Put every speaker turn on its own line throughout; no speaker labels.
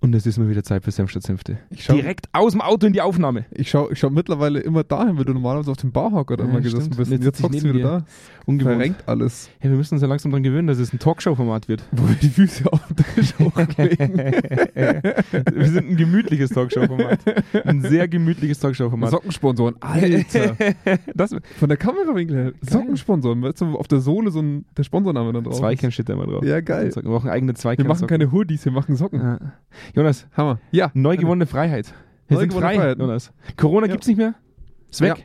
finde, es ist mal wieder Zeit für Senfstadt-Senfte.
Ich schau,
Direkt aus dem Auto in die Aufnahme.
ich schau, ich schau mittlerweile immer dahin, weil du normalerweise auf dem Barhocker
Ja,
immer gesessen
stimmt.
bist.
Und
Und
jetzt
jetzt
sitz ich
hockst du
neben
wieder da.
Ungewohnt.
Verrenkt alles.
Hey, wir müssen uns ja langsam daran gewöhnen, dass es ein Talkshow-Format wird.
Wo wir die Füße auf den Tisch hochlegen.
wir sind ein gemütliches Talkshow-Format. Ein sehr gemütliches Talkshow-Format.
Sockensponsoren, Alter.
Das
Von der Kamerawinkel her. Sockensponsoren. Weißt du, auf der Sohle so ein, der Sponsorname dann drauf.
Zweikern steht da immer drauf.
Ja, geil.
Wir brauchen eigene
Wir
Zweikern.
machen keine Hoodies, wir machen Socken.
Ja. Jonas,
Hammer. Ja.
neu gewonnene Freiheit. Wir
Neu
sind
gewonnene
frei,
Freiheit.
Jonas. Corona
Ja.
gibt's nicht mehr. Ist weg.
Ja.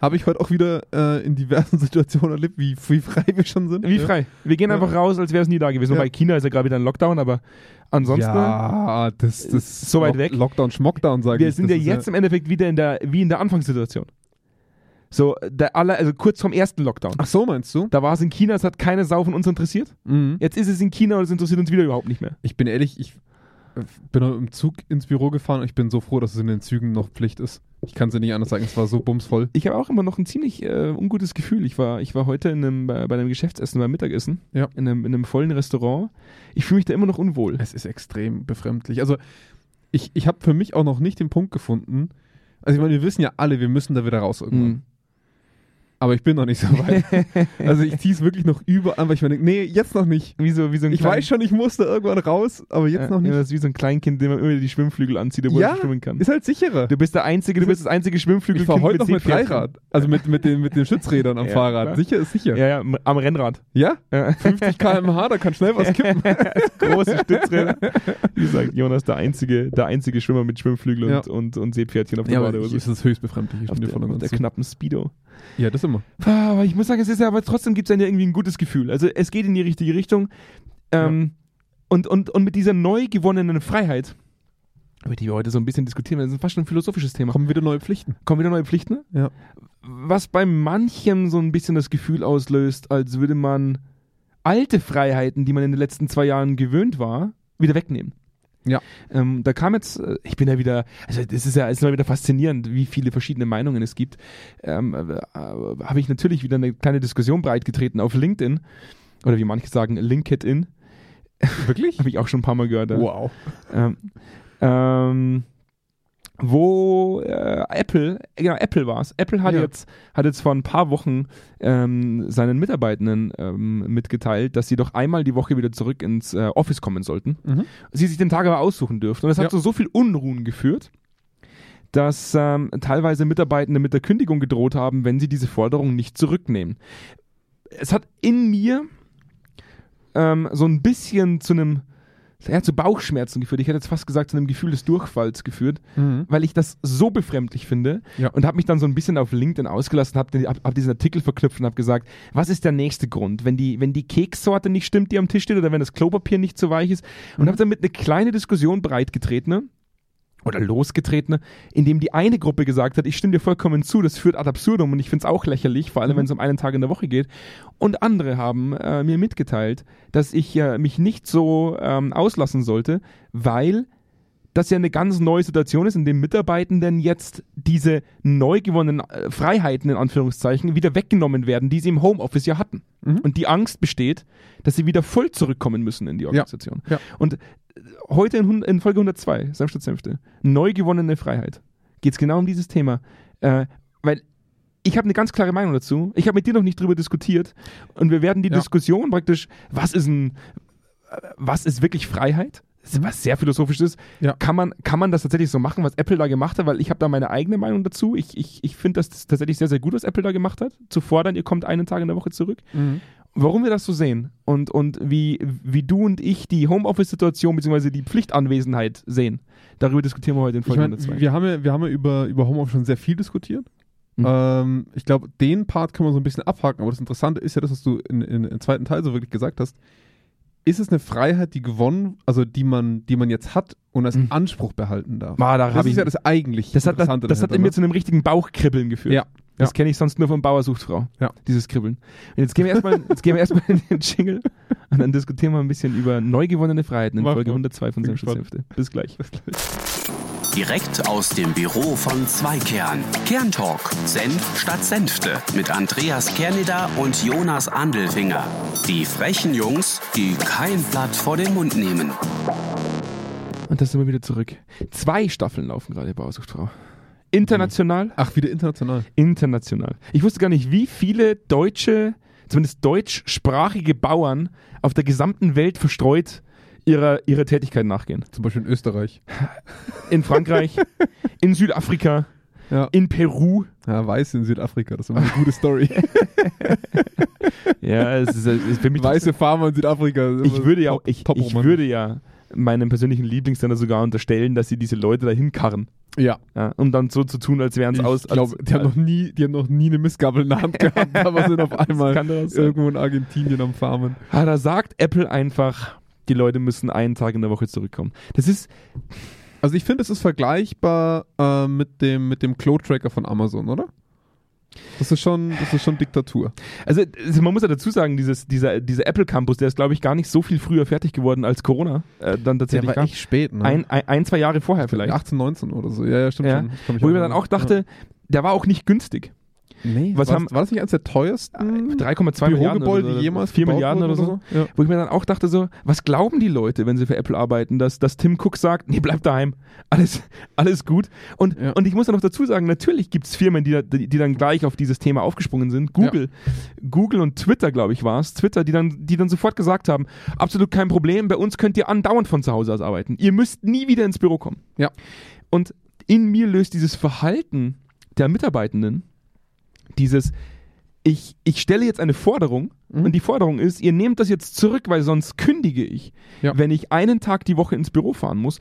Habe ich heute auch wieder äh, in diversen Situationen erlebt, wie, wie frei wir schon sind.
Wie frei. Wir gehen
Ja.
einfach raus, als wäre es nie da gewesen.
Ja.
Wobei China ist ja gerade wieder ein Lockdown, aber ansonsten,
Ja, das, das
So weit
Lock-
weg.
Lockdown, Schmockdown, sage ich.
wir sind ja
Das ist
jetzt im Endeffekt wieder in der, wie in der Anfangssituation. So, der aller, also kurz vom ersten Lockdown.
Ach so, meinst du?
Da war es in China, es hat keine Sau von uns interessiert.
Mhm.
Jetzt ist es in China und es interessiert uns wieder überhaupt nicht mehr.
Ich bin ehrlich, ich äh, bin heute im Zug ins Büro gefahren und ich bin so froh, dass es in den Zügen noch Pflicht ist. Ich kann es dir nicht anders sagen, es war so bumsvoll.
Ich habe auch immer noch ein ziemlich äh, ungutes Gefühl. Ich war, ich war heute in einem, bei, bei einem Geschäftsessen, beim Mittagessen,
Ja.
in, einem, in einem vollen Restaurant. Ich fühle mich da immer noch unwohl.
Es ist extrem befremdlich. Also, ich, ich habe für mich auch noch nicht den Punkt gefunden. Also, ich meine, wir wissen ja alle, wir müssen da wieder raus irgendwann.
Mhm.
Aber ich bin noch nicht so weit. also, ich ziehe es wirklich noch über an, weil ich mir denke, nee, jetzt noch nicht.
Wie so, wie so ein
Ich
klein-
weiß schon, ich muss da irgendwann raus, aber jetzt
Ja,
noch nicht.
Ja, das ist wie so ein Kleinkind, dem man immer wieder die Schwimmflügel anzieht, obwohl
Ja,
er nicht schwimmen kann.
Ist halt sicherer.
Du bist der einzige, du bist das einzige Schwimmflügel.
Ich fahre heute noch mit Dreirad. Also mit, mit, den, mit den Schiffsrädern am
Ja,
Fahrrad.
klar.
Sicher ist sicher.
Ja, ja, m- am Rennrad.
Ja?
Ja.
50 km/h, da kann schnell was kippen.
Große Stützräder. Wie gesagt, Jonas, der einzige, der einzige Schwimmer mit Schwimmflügel
Ja.
und, und, und Seepferdchen auf der Badehose.
Genau, das höchst befremdlich.
auf der, auf der knappen Speedo.
Ja, das immer.
Ah, Aber ich muss sagen, es ist ja, aber trotzdem gibt es ja irgendwie ein gutes Gefühl. Also es geht in die richtige Richtung. Ähm, und, und, und mit dieser neu gewonnenen Freiheit, über die wir heute so ein bisschen diskutieren, das ist fast schon ein philosophisches Thema.
Kommen wieder neue Pflichten.
Kommen wieder neue Pflichten?
Ja.
Was bei manchem so ein bisschen das Gefühl auslöst, als würde man alte Freiheiten, die man in den letzten zwei Jahren gewöhnt war, wieder wegnehmen.
Ja.
Ähm, da kam jetzt, äh, ich bin ja wieder, also das ist ja es ist mal wieder faszinierend, wie viele verschiedene Meinungen es gibt. Ähm, äh, äh, Habe ich natürlich wieder eine kleine Diskussion breitgetreten auf LinkedIn oder wie manche sagen, LinkedIn.
Wirklich?
Habe ich auch schon ein paar Mal gehört. ja.
Wow.
Ähm, ähm, wo äh, Apple, genau, Apple war es. Apple hat,
Ja.
jetzt, hat jetzt vor ein paar Wochen ähm, seinen Mitarbeitenden ähm, mitgeteilt, dass sie doch einmal die Woche wieder zurück ins äh, Office kommen sollten.
Mhm.
Sie sich den Tag aber aussuchen dürften. Und das hat
Ja.
zu so viel Unruhen geführt, dass ähm, teilweise Mitarbeitende mit der Kündigung gedroht haben, wenn sie diese Forderung nicht zurücknehmen. Es hat in mir ähm, so ein bisschen zu einem, ja, zu Bauchschmerzen geführt. Ich hätte jetzt fast gesagt, zu einem Gefühl des Durchfalls geführt,
Mhm.
weil ich das so befremdlich finde
Ja.
und habe mich dann so ein bisschen auf LinkedIn ausgelassen, habe hab, hab diesen Artikel verknüpft und habe gesagt, was ist der nächste Grund, wenn die, wenn die Kekssorte nicht stimmt, die am Tisch steht oder wenn das Klopapier nicht so weich ist
Mhm.
und habe damit eine 'ne kleine Diskussion breitgetretene oder losgetretene, indem die eine Gruppe gesagt hat, ich stimme dir vollkommen zu, das führt ad absurdum und ich finde es auch lächerlich, vor allem
Mhm.
wenn es um einen Tag in der Woche geht. Und andere haben äh, mir mitgeteilt, dass ich äh, mich nicht so ähm, auslassen sollte, weil das ja eine ganz neue Situation ist, in dem Mitarbeitenden jetzt diese neu gewonnenen äh, Freiheiten in Anführungszeichen wieder weggenommen werden, die sie im Homeoffice ja hatten.
Mhm.
Und die Angst besteht, dass sie wieder voll zurückkommen müssen in die Organisation.
ja.
Und äh, heute in, hund- in Folge 102, Samstadt Sänfte, neu gewonnene Freiheit, geht es genau um dieses Thema. Äh, weil ich habe eine ganz klare Meinung dazu. Ich habe mit dir noch nicht drüber diskutiert. Und wir werden die
Ja.
Diskussion praktisch, was ist ein, äh, was ist wirklich Freiheit? Das
Mhm.
ist Was sehr philosophisch ist,
Ja.
kann, man, kann man das tatsächlich so machen, was Apple da gemacht hat? Weil ich habe da meine eigene Meinung dazu. Ich, ich, ich finde das tatsächlich sehr, sehr gut, was Apple da gemacht hat. Zu fordern, ihr kommt einen Tag in der Woche zurück.
Mhm.
Warum wir das so sehen und, und wie, wie du und ich die Homeoffice-Situation bzw. die Pflichtanwesenheit sehen, darüber diskutieren wir heute in
Ich
Folge
meine,
102.
wir haben ja, wir haben ja über, über Homeoffice schon sehr viel diskutiert.
Mhm.
Ähm, ich glaube, den Part können wir so ein bisschen abhaken. Aber das Interessante ist ja das, was du in, in, im zweiten Teil so wirklich gesagt hast. Ist es eine Freiheit, die gewonnen, also die man, die man jetzt hat und als
Mhm.
Anspruch behalten darf?
Ah, da
Das
hab
ist
ich-
ja das eigentlich
Das hat, das,
Interessante
das hat
dahinter,
mir
ne?
zu einem richtigen Bauchkribbeln geführt.
Ja.
Das
Ja.
kenne ich sonst nur vom Bauer sucht Frau.
Ja.
Dieses Kribbeln. Und jetzt gehen wir erstmal jetzt gehen wir erstmal in den Jingle und dann diskutieren wir ein bisschen über neu gewonnene Freiheiten in
Mach
Folge
mal.
102 von
Bin
Senftes
gespannt.
Hälfte. Bis gleich.
Direkt aus dem Büro von Zweikern. Kerntalk. Senf statt Senfte. Mit Andreas Kerneder und Jonas Andelfinger. Die frechen Jungs, die kein Blatt vor den Mund nehmen.
Und da sind wir wieder zurück. Zwei Staffeln laufen gerade bei Aussuchtfrau. International
Ach, wieder international.
Mhm. international. Ich wusste gar nicht, wie viele deutsche, zumindest deutschsprachige Bauern auf der gesamten Welt verstreut ihrer, ihrer Tätigkeit nachgehen.
Zum Beispiel in Österreich.
In Frankreich, in Südafrika,
Ja.
in Peru.
Ja, Weiße in Südafrika, das ist immer eine gute Story.
Ja, es ist, es ist für mich
Weiße Farmer in Südafrika. das ist
ich
immer
würde ja,
top-
ich,
top
ich
romantisch.
würde ja meinem persönlichen Lieblingssender sogar unterstellen, dass sie diese Leute dahin karren,
Ja,
ja, um dann so zu tun, als wären es
ich
aus.
glaube,
als,
die, haben noch nie- die haben noch nie eine Missgabel in der Hand gehabt, aber sind auf einmal
kann doch sein.
irgendwo in Argentinien am Farmen.
Ah, da sagt Apple einfach, die Leute müssen einen Tag in der Woche zurückkommen. Das ist
Also ich finde, es ist vergleichbar äh, mit dem, mit dem Cloud-Tracker von Amazon, oder? Das ist schon, das ist schon Diktatur.
Also es- man muss ja dazu sagen, dieses, dieser, dieser Apple Campus, der ist, glaube ich, gar nicht so viel früher fertig geworden als Corona. Äh, dann tatsächlich kam.
spät, ne?
ein, ein, ein, zwei Jahre vorher vielleicht.
18, 19 oder so. Ja, ja, genau. stimmt
Ja.
schon. Ich kann mich
Wo ich mir dann auch dachte, der war auch nicht günstig.
Ja. Nee,
was
was war,
haben-
das, war das nicht eines der teuersten
3,2 Milliarden
Bürogebäude,
oder so,
die jemals
4
gebaut
Milliarden
wurden
oder so.
Ja.
Wo ich mir dann auch dachte so, was glauben die Leute, wenn sie für Apple arbeiten, dass, dass Tim Cook sagt, nee, bleib daheim, alles, alles gut. Und,
Ja.
und ich muss ja noch dazu sagen, natürlich gibt es Firmen, die, da- die, die dann gleich auf dieses Thema aufgesprungen sind. Google, Google und Twitter, glaube ich, war es. Twitter, die dann, die dann sofort gesagt haben, absolut kein Problem, bei uns könnt ihr andauernd von zu Hause aus arbeiten. Ihr müsst nie wieder ins Büro kommen.
Ja.
Und in mir löst dieses Verhalten der Mitarbeitenden dieses, ich, ich stelle jetzt eine Forderung
Mhm.
und die Forderung ist, ihr nehmt das jetzt zurück, weil sonst kündige ich,
Ja.
wenn ich einen Tag die Woche ins Büro fahren muss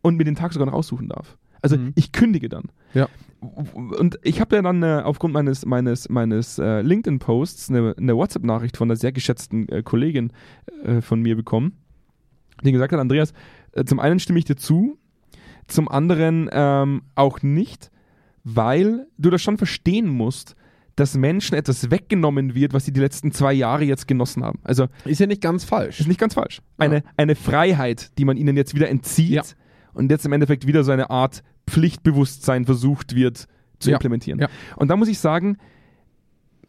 und mir den Tag sogar noch aussuchen darf. Also
Mhm.
ich kündige dann.
Ja.
Und ich habe ja dann äh, aufgrund meines, meines, meines äh, LinkedIn-Posts eine, eine WhatsApp-Nachricht von einer sehr geschätzten äh, Kollegin äh, von mir bekommen, die gesagt hat, Andreas, äh, zum einen stimme ich dir zu, zum anderen ähm, auch nicht, weil du das schon verstehen musst, dass Menschen etwas weggenommen wird, was sie die letzten zwei Jahre jetzt genossen haben. Also
Ist ja nicht ganz falsch.
ist nicht ganz falsch. Eine, eine Freiheit, die man ihnen jetzt wieder entzieht
Ja.
und jetzt im Endeffekt wieder so eine Art Pflichtbewusstsein versucht wird zu
Ja.
implementieren.
Ja.
Und da muss ich sagen,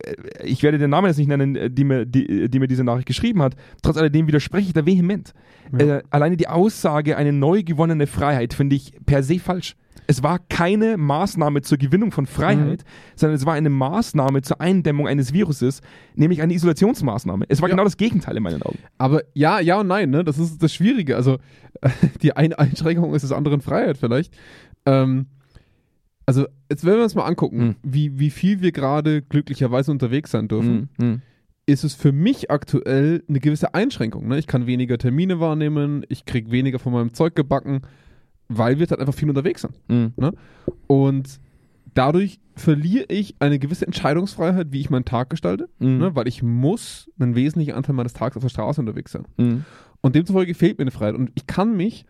äh, ich werde den Namen jetzt nicht nennen, äh, die mir, die, die mir diese Nachricht geschrieben hat. Trotz alledem widerspreche ich da vehement.
Ja.
Äh, alleine die Aussage, eine neu gewonnene Freiheit, finde ich per se falsch. Es war keine Maßnahme zur Gewinnung von Freiheit,
Mhm.
sondern es war eine Maßnahme zur Eindämmung eines Viruses, nämlich eine Isolationsmaßnahme. Es war
Ja.
genau das Gegenteil in meinen Augen.
Aber ja, ja und nein, ne? Das ist das Schwierige. Also die eine Einschränkung ist des anderen Freiheit vielleicht. Ähm, also jetzt wenn wir uns mal angucken,
Mhm.
wie, wie viel wir gerade glücklicherweise unterwegs sein dürfen,
Hm. Mm,
ist es für mich aktuell eine gewisse Einschränkung. Ne? Ich kann weniger Termine wahrnehmen, ich kriege weniger von meinem Zeug gebacken, weil wir halt einfach viel unterwegs sind.
mm,
Und dadurch verliere ich eine gewisse Entscheidungsfreiheit, wie ich meinen Tag gestalte,
Hm. mm,
ne? weil ich muss einen wesentlichen Anteil meines Tages auf der Straße unterwegs sein.
mm.
Und demzufolge fehlt mir eine Freiheit. Und ich kann mich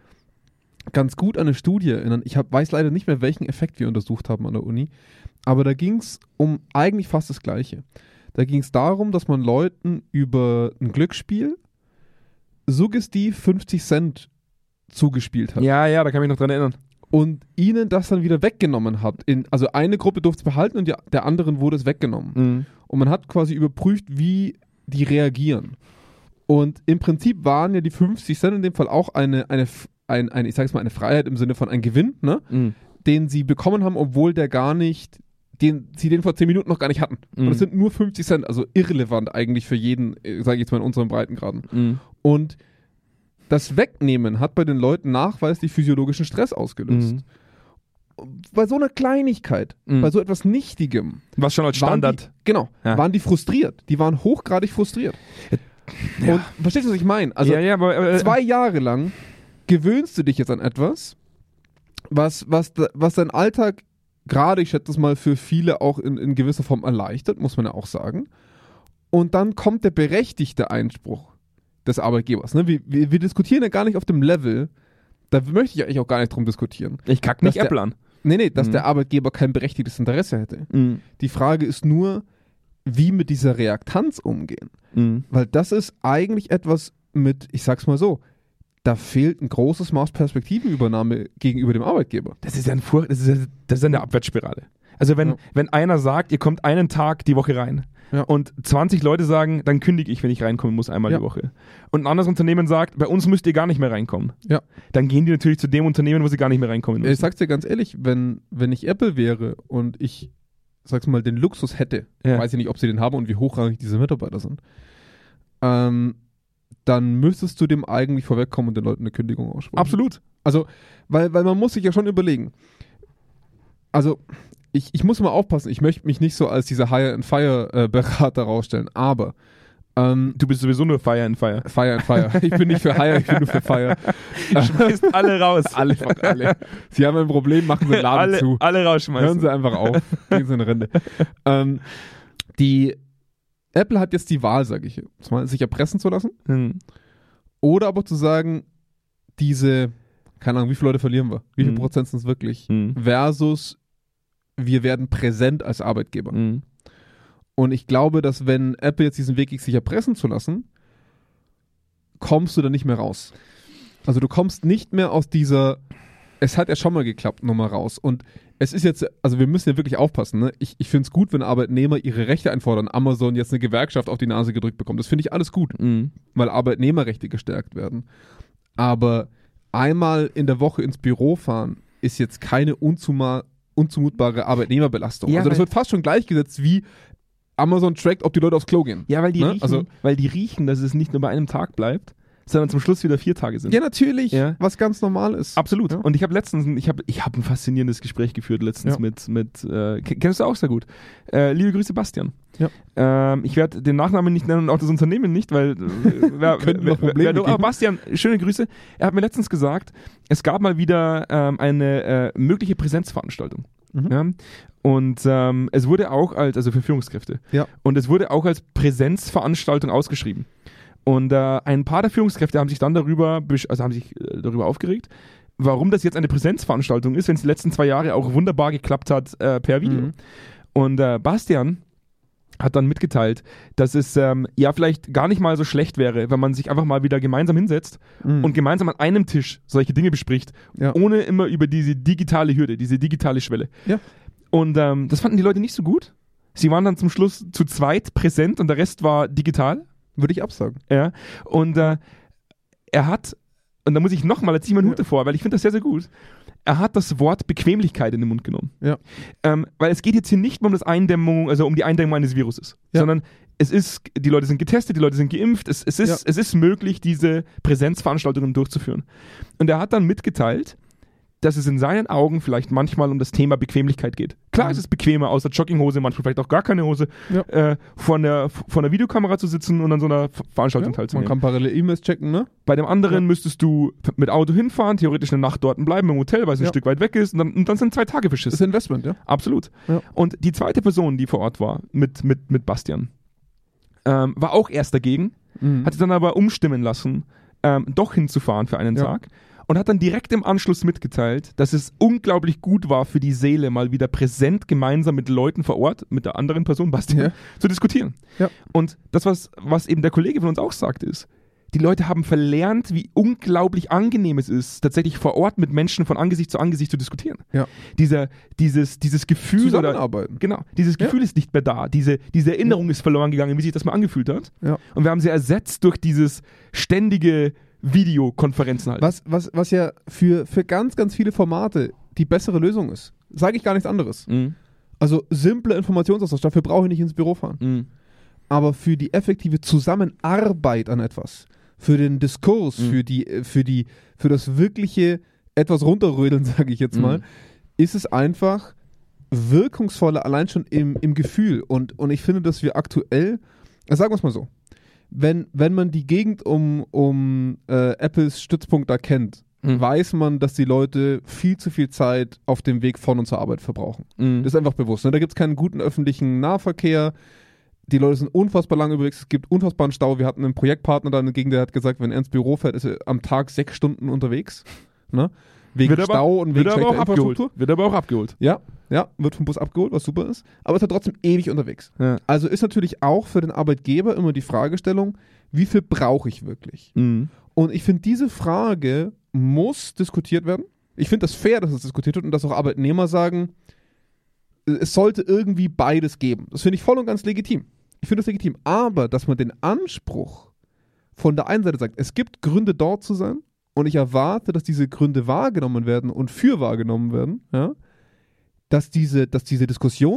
ganz gut an eine Studie erinnern. Ich hab, weiß leider nicht mehr, welchen Effekt wir untersucht haben an der Uni. Aber da ging es um eigentlich fast das Gleiche. Da ging es darum, dass man Leuten über ein Glücksspiel suggestiv 50 Cent zugespielt hat.
Ja, ja, da kann ich mich noch dran erinnern.
Und ihnen das dann wieder weggenommen hat. In, also eine Gruppe durfte es behalten und die, der anderen wurde es weggenommen. Und man hat quasi überprüft, wie die reagieren. Und im Prinzip waren ja die 50 Cent in dem Fall auch eine, eine, F- ein, ein, ich sag's mal, eine Freiheit im Sinne von ein Gewinn, ne?
Mm,
den sie bekommen haben, obwohl der gar nicht, den sie den vor 10 Minuten noch gar nicht hatten.
Mhm.
Und es sind nur 50 Cent, also irrelevant eigentlich für jeden, sage ich jetzt mal in unseren Breitengraden.
mm,
Und das Wegnehmen hat bei den Leuten nachweislich physiologischen Stress ausgelöst.
mm.
Bei so einer Kleinigkeit,
Mhm.
bei so etwas Nichtigem,
Was schon als Standard.
waren die, genau,
Ja. Äh,
waren die frustriert. Die waren hochgradig frustriert. Und verstehst du, was ich meine? Also
ja, aber, aber, äh,
zwei Jahre lang gewöhnst du dich jetzt an etwas, was, was, da- was dein Alltag gerade, ich schätze es mal, für viele auch in, in gewisser Form erleichtert, muss man ja auch sagen. Und dann kommt der berechtigte Einspruch des Arbeitgebers. Ne? Wir, wir, wir diskutieren ja gar nicht auf dem Level, da möchte ich eigentlich auch gar nicht drum diskutieren.
ich kack nicht
dass der-
Apple an.
Nee, nee, dass
Mhm.
der Arbeitgeber kein berechtigtes Interesse hätte. Die Frage ist nur, wie mit dieser Reaktanz umgehen. Weil das ist eigentlich etwas mit, ich sag's mal so, da fehlt ein großes Maß Perspektivenübernahme gegenüber dem Arbeitgeber.
Das ist ja ein Furcht, das ist ja, das ist ja eine Abwärtsspirale. Also wenn,
Ja.
wenn einer sagt, ihr kommt einen Tag die Woche rein
Ja.
und 20 Leute sagen, dann kündige ich, wenn ich reinkommen muss, einmal
Ja.
die Woche. Und ein anderes Unternehmen sagt, bei uns müsst ihr gar nicht mehr reinkommen.
Ja.
Dann gehen die natürlich zu dem Unternehmen, wo sie gar nicht mehr reinkommen
Ich
müssen.
sag's dir ganz ehrlich, wenn, wenn ich Apple wäre und ich, sag's mal, den Luxus hätte,
Ja.
weiß ich nicht, ob sie den haben und wie hochrangig diese Mitarbeiter sind, ähm, dann müsstest du dem eigentlich vorwegkommen und den Leuten eine Kündigung aussprechen.
Absolut.
Also, weil, weil man muss sich ja schon überlegen. Also, ich, ich muss mal aufpassen, ich möchte mich nicht so als dieser Hire-and-Fire-Berater äh, rausstellen, aber ähm,
Du bist sowieso nur Fire and Fire.
Fire and Fire. Ich bin nicht für Hire, ich bin nur für Fire.
Schmeißt alle raus.
Alle, fuck alle. Sie haben ein Problem, machen Sie den Laden
alle, Ah,
zu.
alle rausschmeißen.
Hören Sie einfach auf. Gehen Sie in Rente. ähm, die Apple hat jetzt die Wahl, sage ich jetzt mal, sich erpressen zu lassen
Hm.
oder aber zu sagen, diese, keine Ahnung, wie viele Leute verlieren wir? Wie viel
Mhm.
Prozent sind es wirklich?
Hm.
Versus wir werden präsent als Arbeitgeber.
Hm.
Und ich glaube, dass wenn Apple jetzt diesen Weg geht, sich erpressen zu lassen, kommst du da nicht mehr raus. Also du kommst nicht mehr aus dieser, es hat ja schon mal geklappt, Nummer raus. Und es ist jetzt, also wir müssen ja wirklich aufpassen. Ne? Ich, ich finde es gut, wenn Arbeitnehmer ihre Rechte einfordern. Amazon jetzt eine Gewerkschaft auf die Nase gedrückt bekommt. Das finde ich alles gut,
Hm.
weil Arbeitnehmerrechte gestärkt werden. Aber einmal in der Woche ins Büro fahren ist jetzt keine unzuma- unzumutbare Arbeitnehmerbelastung.
Ja,
also das
weil-
wird fast schon gleichgesetzt wie Amazon trackt, ob die Leute aufs Klo gehen.
Ja, weil die,
Ne?
riechen,
Also-
weil die riechen, dass es nicht nur bei einem Tag bleibt, sondern zum Schluss wieder vier Tage sind.
Ja, natürlich,
Ja.
was ganz normal ist.
Absolut.
Ja.
Und ich habe letztens, ein- ich habe ich hab ein faszinierendes Gespräch geführt letztens
Ja.
mit, mit äh, ke- kennst du auch sehr gut. Äh, liebe Grüße, Bastian.
Ja.
Ähm, ich werde den Nachnamen nicht nennen und auch das Unternehmen nicht, weil äh, wer,
Könnten noch Probleme
du, aber
geben.
Bastian, schöne Grüße. Er hat mir letztens gesagt, es gab mal wieder ähm, eine äh, mögliche Präsenzveranstaltung.
Mhm.
Ja? Und ähm, es wurde auch als, also für Führungskräfte,
Ja.
und es wurde auch als Präsenzveranstaltung ausgeschrieben. Und äh, ein paar der Führungskräfte haben sich dann darüber, besch- also haben sich äh, darüber aufgeregt, warum das jetzt eine Präsenzveranstaltung ist, wenn es die letzten zwei Jahre auch wunderbar geklappt hat äh, per Video.
Mhm.
Und äh, Bastian hat dann mitgeteilt, dass es ähm, ja vielleicht gar nicht mal so schlecht wäre, wenn man sich einfach mal wieder gemeinsam hinsetzt
Mhm.
und gemeinsam an einem Tisch solche Dinge bespricht,
Ja.
ohne immer über diese digitale Hürde, diese digitale Schwelle.
Ja.
Und ähm, das fanden die Leute nicht so gut. Sie waren dann zum Schluss zu zweit präsent und der Rest war digital.
würde ich absagen.
Ja. Und äh, er hat, und da muss ich nochmal, da ziehe ich meinen Hut
Ja.
davor, weil ich finde das sehr, sehr gut. Er hat das Wort Bequemlichkeit in den Mund genommen.
Ja.
Ähm, weil es geht jetzt hier nicht mehr um das Eindämmung, also um die Eindämmung eines Viruses,
Ja.
sondern es ist, die Leute sind getestet, die Leute sind geimpft, es, es, ist,
Ja.
es ist möglich, diese Präsenzveranstaltungen durchzuführen. Und er hat dann mitgeteilt, dass es in seinen Augen vielleicht manchmal um das Thema Bequemlichkeit geht. Klar
Mhm.
ist es bequemer, aus der Jogginghose, manchmal vielleicht auch gar keine Hose,
Ja.
äh, vor, einer, vor einer Videokamera zu sitzen und an so einer Ver- Veranstaltung
man
teilzunehmen.
kann parallel E-Mails checken, ne?
Bei dem anderen
Ja.
müsstest du f- mit Auto hinfahren, theoretisch eine Nacht dort bleiben im Hotel, weil es ein
Ja.
Stück weit weg ist und dann, und dann sind zwei Tage
Das
verschissen.
ist Investment, ja.
Absolut.
Ja.
Und die zweite Person, die vor Ort war, mit, mit, mit Bastian, ähm, war auch erst dagegen,
Mhm.
hat sich dann aber umstimmen lassen, ähm, doch hinzufahren für einen
Ja.
Tag und hat dann direkt im Anschluss mitgeteilt, dass es unglaublich gut war für die Seele, mal wieder präsent gemeinsam mit Leuten vor Ort, mit der anderen Person, Bastian,
Ja.
zu diskutieren.
Ja.
Und das, was, was eben der Kollege von uns auch sagte, ist, die Leute haben verlernt, wie unglaublich angenehm es ist, tatsächlich vor Ort mit Menschen von Angesicht zu Angesicht zu diskutieren.
Ja.
Dieser, dieses, dieses Gefühl oder
Zusammenarbeiten.
Genau, dieses
Ja.
Gefühl ist nicht mehr da. Diese, diese Erinnerung ist verloren gegangen, wie sich das mal angefühlt hat.
Ja.
Und wir haben sie ersetzt durch dieses ständige Videokonferenzen halt.
Was, was, was ja für, für ganz, ganz viele Formate die bessere Lösung ist. Sage ich gar nichts anderes.
Mhm.
Also simple Informationsaustausch, dafür brauche ich nicht ins Büro fahren.
Mhm.
aber für die effektive Zusammenarbeit an etwas, für den Diskurs,
Mhm.
für die, äh, für die, für das wirkliche etwas runterrödeln, sage ich jetzt mal,
Mhm.
ist es einfach wirkungsvoller, allein schon im, im Gefühl. Und, und ich finde, dass wir aktuell, äh, sagen wir es mal so, wenn, wenn man die Gegend um, um äh, Apples Stützpunkt da kennt,
Mhm.
weiß man, dass die Leute viel zu viel Zeit auf dem Weg von und zur Arbeit verbrauchen.
Mhm.
Das ist einfach bewusst. Ne? Da gibt es keinen guten öffentlichen Nahverkehr. Die Leute sind unfassbar lang unterwegs. Es gibt unfassbaren Stau. Wir hatten einen Projektpartner da dagegen, der hat gesagt, wenn er ins Büro fährt, ist er am Tag sechs Stunden unterwegs. Ne? Wegen
Wird aber-
Stau und wegen
Wird aber
schlechter
auch abgeholt.
Infrastruktur.
Wird aber auch abgeholt.
Ja, ja, wird vom Bus abgeholt, was super ist. Aber ist er trotzdem ewig unterwegs.
Ja.
Also ist natürlich auch für den Arbeitgeber immer die Fragestellung, wie viel brauche ich wirklich?
Mhm.
Und ich finde, diese Frage muss diskutiert werden. Ich finde das fair, dass es diskutiert wird und dass auch Arbeitnehmer sagen, äh, es sollte irgendwie beides geben. Das finde ich voll und ganz legitim. Ich finde das legitim. Aber, dass man den Anspruch von der einen Seite sagt, es gibt Gründe dort zu sein und ich erwarte, dass diese Gründe wahrgenommen werden und für wahrgenommen werden, ja, dass diese, dass diese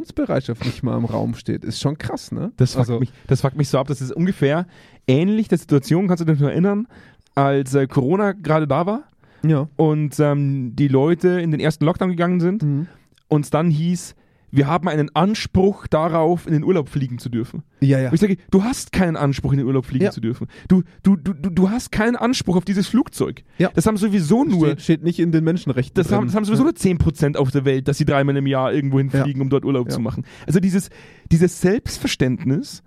Diskussionsbereitschaft nicht mal im Raum steht, ist schon krass, ne?
Das fuckt, mich, das fuckt mich so ab. Das ist ungefähr ähnlich der Situation, kannst du dich nur erinnern, als äh, Corona gerade da war
ja.
und ähm, die Leute in den ersten Lockdown gegangen sind
Mhm.
und es dann hieß, wir haben einen Anspruch darauf, in den Urlaub fliegen zu dürfen.
Ja, ja.
Und ich sage, du hast keinen Anspruch, in den Urlaub fliegen
Ja.
zu dürfen. Du, du, du, du, du hast keinen Anspruch auf dieses Flugzeug.
Ja.
Das haben sowieso nur
steht, steht nicht in den Menschenrechten.
das
drin.
haben, das haben sowieso nur 10% auf der Welt, dass sie dreimal im Jahr irgendwo hinfliegen, um dort Urlaub
Ja.
zu machen. Also dieses, dieses Selbstverständnis,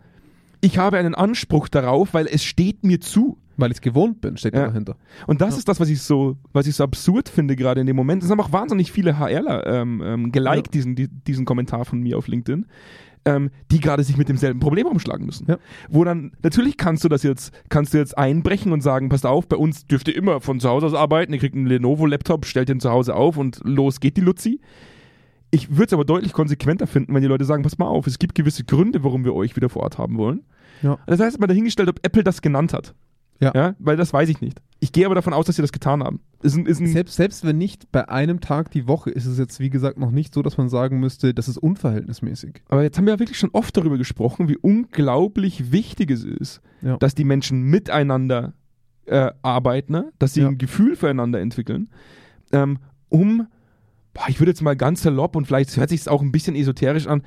ich habe einen Anspruch darauf, weil es steht mir zu.
Weil ich es gewohnt bin, steht
Ja.
dahinter.
Und das ist das, was ich so, was ich so absurd finde gerade in dem Moment. Es haben auch wahnsinnig viele HRler ähm, ähm, geliked,
Ja.
diesen, die, diesen Kommentar von mir auf LinkedIn, ähm, die gerade sich mit demselben Problem rumschlagen müssen.
Ja.
Wo dann, natürlich kannst du das jetzt, kannst du jetzt einbrechen und sagen, passt auf, bei uns dürft ihr immer von zu Hause aus arbeiten, ihr kriegt einen Lenovo-Laptop, stellt den zu Hause auf und los geht die Luzi. Ich würde es aber deutlich konsequenter finden, wenn die Leute sagen, pass mal auf, es gibt gewisse Gründe, warum wir euch wieder vor Ort haben wollen.
Ja.
Das heißt, mal dahingestellt, ob Apple das genannt hat.
Ja.
Weil das weiß ich nicht. Ich gehe aber davon aus, dass sie das getan haben. Ist ein, ist ein,
Selbst, selbst wenn nicht bei einem Tag die Woche, ist es jetzt, wie gesagt, noch nicht so, dass man sagen müsste, das ist unverhältnismäßig.
aber jetzt haben wir ja wirklich schon oft darüber gesprochen, wie unglaublich wichtig es ist,
Ja.
dass die Menschen miteinander äh, arbeiten, ne? dass sie
Ja.
ein Gefühl füreinander entwickeln, ähm, um, boah, ich würde jetzt mal ganz salopp und vielleicht hört sich es auch ein bisschen esoterisch an,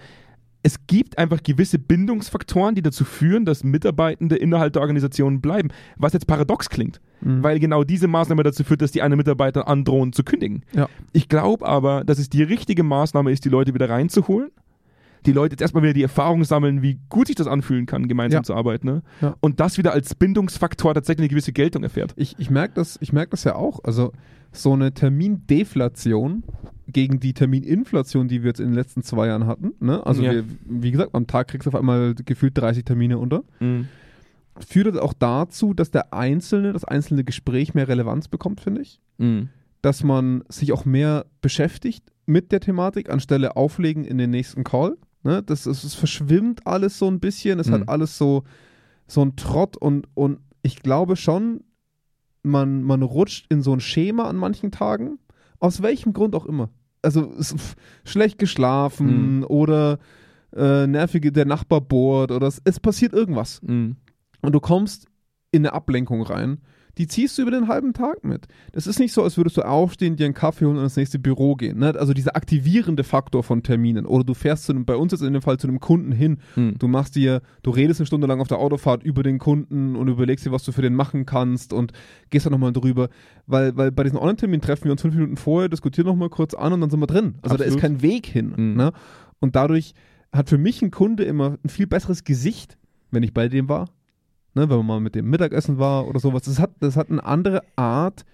es gibt einfach gewisse Bindungsfaktoren, die dazu führen, dass Mitarbeitende innerhalb der Organisation bleiben, was jetzt paradox klingt. weil genau diese Maßnahme dazu führt, dass die einen Mitarbeiter androhen zu kündigen.
Ja.
Ich glaube aber, dass es die richtige Maßnahme ist, die Leute wieder reinzuholen. Die Leute jetzt erstmal wieder die Erfahrung sammeln, wie gut sich das anfühlen kann, gemeinsam
Ja.
zu arbeiten. Ne?
Ja.
Und das wieder als Bindungsfaktor tatsächlich eine gewisse Geltung erfährt.
Ich, ich merke das, ich merk das ja auch. Also so eine Termindeflation gegen die Termininflation, die wir jetzt in den letzten zwei Jahren hatten. Ne? Also
Ja.
wir, wie gesagt, am Tag kriegst du auf einmal gefühlt 30 Termine unter. Führt das auch dazu, dass der Einzelne, das einzelne Gespräch mehr Relevanz bekommt, finde ich. Dass man sich auch mehr beschäftigt mit der Thematik, anstelle auflegen in den nächsten Call. Ne? Das, ist- es verschwimmt alles so ein bisschen, es
Mhm.
hat alles so, so ein Trott und, und ich glaube schon, man, man rutscht in so ein Schema an manchen Tagen, aus welchem Grund auch immer. Also es- pf, schlecht geschlafen oder äh, nervige, der Nachbar bohrt oder es, es passiert irgendwas und du kommst in eine Ablenkung rein, die ziehst du über den halben Tag mit. Das ist nicht so, als würdest du aufstehen, dir einen Kaffee holen und ins nächste Büro gehen. Ne? Also dieser aktivierende Faktor von Terminen. Oder du fährst zu einem, bei uns jetzt in dem Fall zu einem Kunden hin. Du machst dir, du redest eine Stunde lang auf der Autofahrt über den Kunden und überlegst dir, was du für den machen kannst und gehst dann nochmal drüber. Weil, weil bei diesen Online-Terminen treffen wir uns fünf Minuten vorher, diskutieren nochmal kurz an und dann sind wir drin. Also da
Absolut.
ist kein Weg hin.
Mhm.
Ne? Und dadurch hat für mich ein Kunde immer ein viel besseres Gesicht, wenn ich bei dem war, ne, wenn man mal mit dem Mittagessen war oder sowas. Das hat, das hat eine andere Art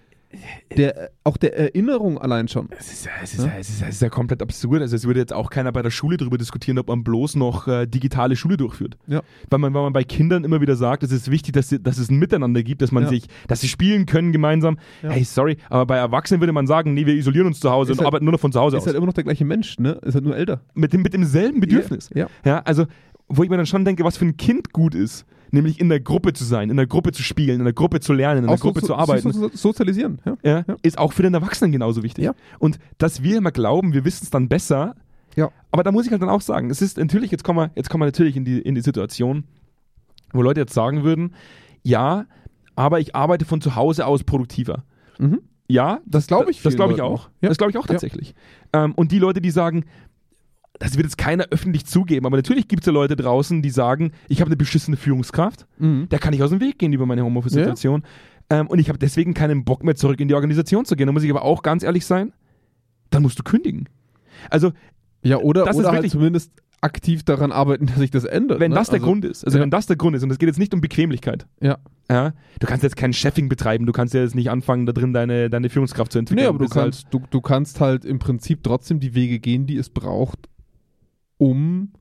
der, auch der Erinnerung allein schon.
Es ist, ja- es, ist, ja- es, ist, ja- es ist ja komplett absurd. Also es würde jetzt auch keiner bei der Schule darüber diskutieren, ob man bloß noch äh, digitale Schule durchführt.
Ja.
Weil, man, weil man bei Kindern immer wieder sagt, es ist wichtig, dass, sie- dass es ein Miteinander gibt, dass man
Ja.
sich, dass sie spielen können gemeinsam.
Ja.
Hey, sorry, aber bei Erwachsenen würde man sagen, nee, wir isolieren uns zu Hause
Ist
und
halt-
arbeiten nur noch von zu Hause
Ist
Also aus.
halt immer noch der gleiche Mensch, ne? Ist halt nur älter.
mit, dem, mit demselben Bedürfnis.
Ja.
Ja, also, wo ich mir dann schon denke, was für ein Kind gut ist, nämlich in der Gruppe zu sein, in der Gruppe zu spielen, in der Gruppe zu lernen, in der
Auch so-
Gruppe zu
so-
arbeiten
So, so, sozialisieren. Ja.
ja, ist auch für den Erwachsenen genauso wichtig.
Ja.
Und dass wir immer glauben, wir wissen es dann besser.
Ja.
Aber da muss ich halt dann auch sagen, es ist natürlich, jetzt kommen wir, jetzt kommen wir natürlich in die, in die Situation, wo Leute jetzt sagen würden, ja, aber ich arbeite von zu Hause aus produktiver.
Mhm.
Ja, das
glaub ich
Das
vielen
glaube ich
Leuten
auch.
auch. Ja.
Das glaube ich auch tatsächlich. Ähm, und die Leute, die sagen, das wird jetzt keiner öffentlich zugeben, aber natürlich gibt es ja Leute draußen, die sagen, ich habe eine beschissene Führungskraft
Mhm.
da kann ich aus dem Weg gehen über meine Homeoffice-Situation. Ähm, und ich habe deswegen keinen Bock mehr zurück in die Organisation zu gehen. Da muss ich aber auch ganz ehrlich sein, dann musst du kündigen. Also,
ja oder,
Das ist
oder halt
wirklich-
zumindest aktiv daran arbeiten, dass sich das ändert.
wenn
ne?
das der
also,
Grund ist, also
ja.
wenn das der Grund ist, und es geht jetzt nicht um Bequemlichkeit,
Ja.
ja, du kannst jetzt kein Chefing betreiben, du kannst ja jetzt nicht anfangen, da drin deine, deine Führungskraft zu entwickeln.
Nee, aber du
Bist halt-
kannst, du, du kannst halt im Prinzip trotzdem die Wege gehen, die es braucht, um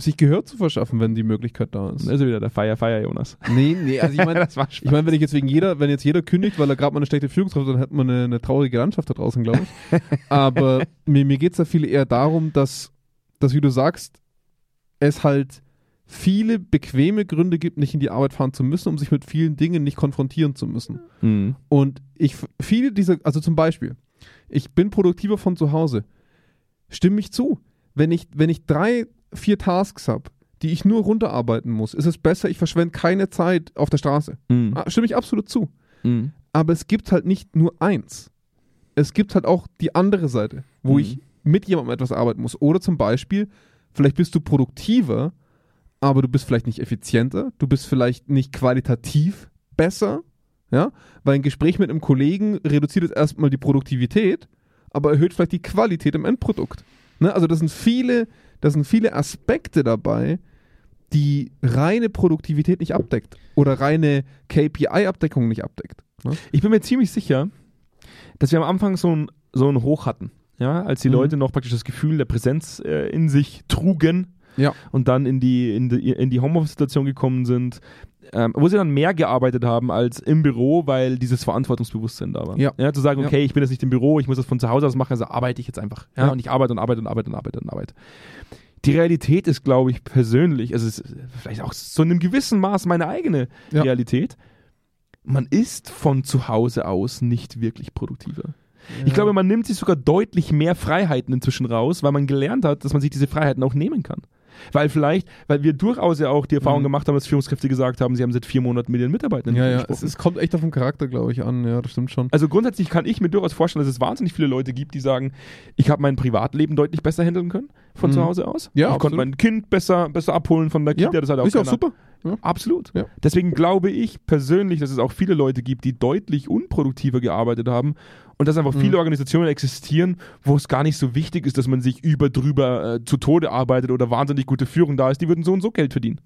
sich Gehör zu verschaffen, wenn die Möglichkeit da ist.
Das ist ja wieder der Feier, Feier, Jonas.
Nee, nee, also ich meine,
das war Spaß.
ich meine, wenn ich jetzt wegen jeder, wenn jetzt jeder kündigt, weil er gerade mal eine schlechte Führungskraft hat, dann hat man eine, eine traurige Landschaft da draußen, glaube ich. Aber mir, mir geht es da viel eher darum, dass dass, wie du sagst, es halt viele bequeme Gründe gibt, nicht in die Arbeit fahren zu müssen, um sich mit vielen Dingen nicht konfrontieren zu müssen.
Mhm.
Und ich, viele dieser, also zum Beispiel, ich bin produktiver von zu Hause. Stimme ich zu. Wenn ich, wenn ich drei, vier Tasks habe, die ich nur runterarbeiten muss, ist es besser, ich verschwende keine Zeit auf der Straße.
Mhm.
Ah, Stimme ich absolut zu.
Mhm.
Aber es gibt halt nicht nur eins. Es gibt halt auch die andere Seite, wo
Mhm.
ich mit jemandem etwas arbeiten muss. Oder zum Beispiel, vielleicht bist du produktiver, aber du bist vielleicht nicht effizienter, du bist vielleicht nicht qualitativ besser, ja? Weil ein Gespräch mit einem Kollegen reduziert jetzt erstmal die Produktivität, aber erhöht vielleicht die Qualität im Endprodukt. Ne? Also das sind viele, das sind viele Aspekte dabei, die reine Produktivität nicht abdeckt oder reine KPI-Abdeckung nicht abdeckt. Ne?
Ich bin mir ziemlich sicher, dass wir am Anfang so ein, so ein Hoch hatten. Ja, als die
Mhm.
Leute noch praktisch das Gefühl der Präsenz äh, in sich trugen
Ja.
und dann in die, in die, in die Homeoffice-Situation gekommen sind, ähm, wo sie dann mehr gearbeitet haben als im Büro, weil dieses Verantwortungsbewusstsein da war.
Ja.
zu sagen,
Ja.
okay, ich bin jetzt nicht im Büro, ich muss das von zu Hause aus machen, also arbeite ich jetzt einfach. Ja,
Ja.
Und ich arbeite und arbeite und arbeite und arbeite und arbeite. Die Realität ist, glaube ich, persönlich, also es ist vielleicht auch zu einem gewissen Maß meine eigene
Ja.
Realität. Man ist von zu Hause aus nicht wirklich produktiver. Ich glaube, man nimmt sich sogar deutlich mehr Freiheiten inzwischen raus, weil man gelernt hat, dass man sich diese Freiheiten auch nehmen kann. Weil vielleicht, weil wir durchaus ja auch die Erfahrung
Mhm.
gemacht haben, dass Führungskräfte gesagt haben, sie haben seit vier Monaten mit ihren Mitarbeitern nicht
Ja, ja, es,
gesprochen.
es kommt echt auf den Charakter, glaube ich, an. Ja, das stimmt schon.
also grundsätzlich kann ich mir durchaus vorstellen, dass es wahnsinnig viele Leute gibt, die sagen, ich habe mein Privatleben deutlich besser handeln können von
Mhm.
zu Hause aus.
Ja,
ich konnte
absolut.
mein Kind besser, besser abholen von der Kita, das hat auch
ist auch
keiner-
super.
Absolut.
Ja.
Deswegen glaube ich persönlich, dass es auch viele Leute gibt, die deutlich unproduktiver gearbeitet haben und dass einfach
Mhm.
viele Organisationen existieren, wo es gar nicht so wichtig ist, dass man sich über drüber äh, zu Tode arbeitet oder wahnsinnig gute Führung da ist, die würden so und so Geld verdienen.